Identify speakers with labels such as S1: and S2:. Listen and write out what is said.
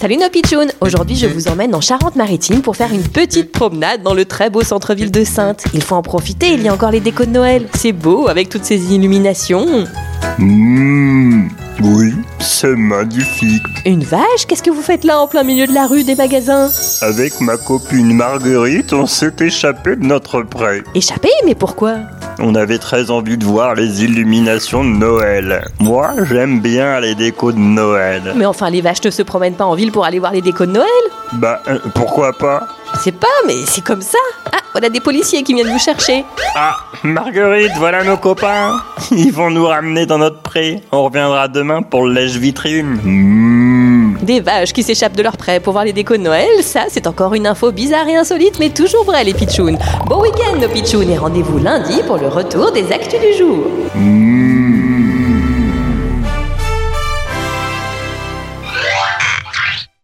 S1: Salut nos pitchounes Aujourd'hui, je vous emmène en Charente-Maritime pour faire une petite promenade dans le très beau centre-ville de Sainte. Il faut en profiter, il y a encore les décos de Noël. C'est beau avec toutes ces illuminations.
S2: Mmh, oui, c'est magnifique.
S1: Une vache, qu'est-ce que vous faites là en plein milieu de la rue des magasins
S2: Avec ma copine Marguerite, on s'est échappé de notre prêt.
S1: Échappé, mais pourquoi
S2: On avait très envie de voir les illuminations de Noël. Moi, j'aime bien les décos de Noël.
S1: Mais enfin, les vaches ne se promènent pas en ville pour aller voir les décos de Noël
S2: Bah, euh, pourquoi pas
S1: Je sais pas, mais c'est comme ça Ah, voilà des policiers qui viennent vous chercher
S2: Ah, Marguerite, voilà nos copains. Ils vont nous ramener dans notre pré. On reviendra demain pour le lèche-vitrine. Mmh.
S1: Des vaches qui s'échappent de leur prêt pour voir les décos de Noël, ça c'est encore une info bizarre et insolite, mais toujours vraie les pitchounes Bon week-end nos pitchounes et rendez-vous lundi pour le retour des actus du jour
S2: Mmh.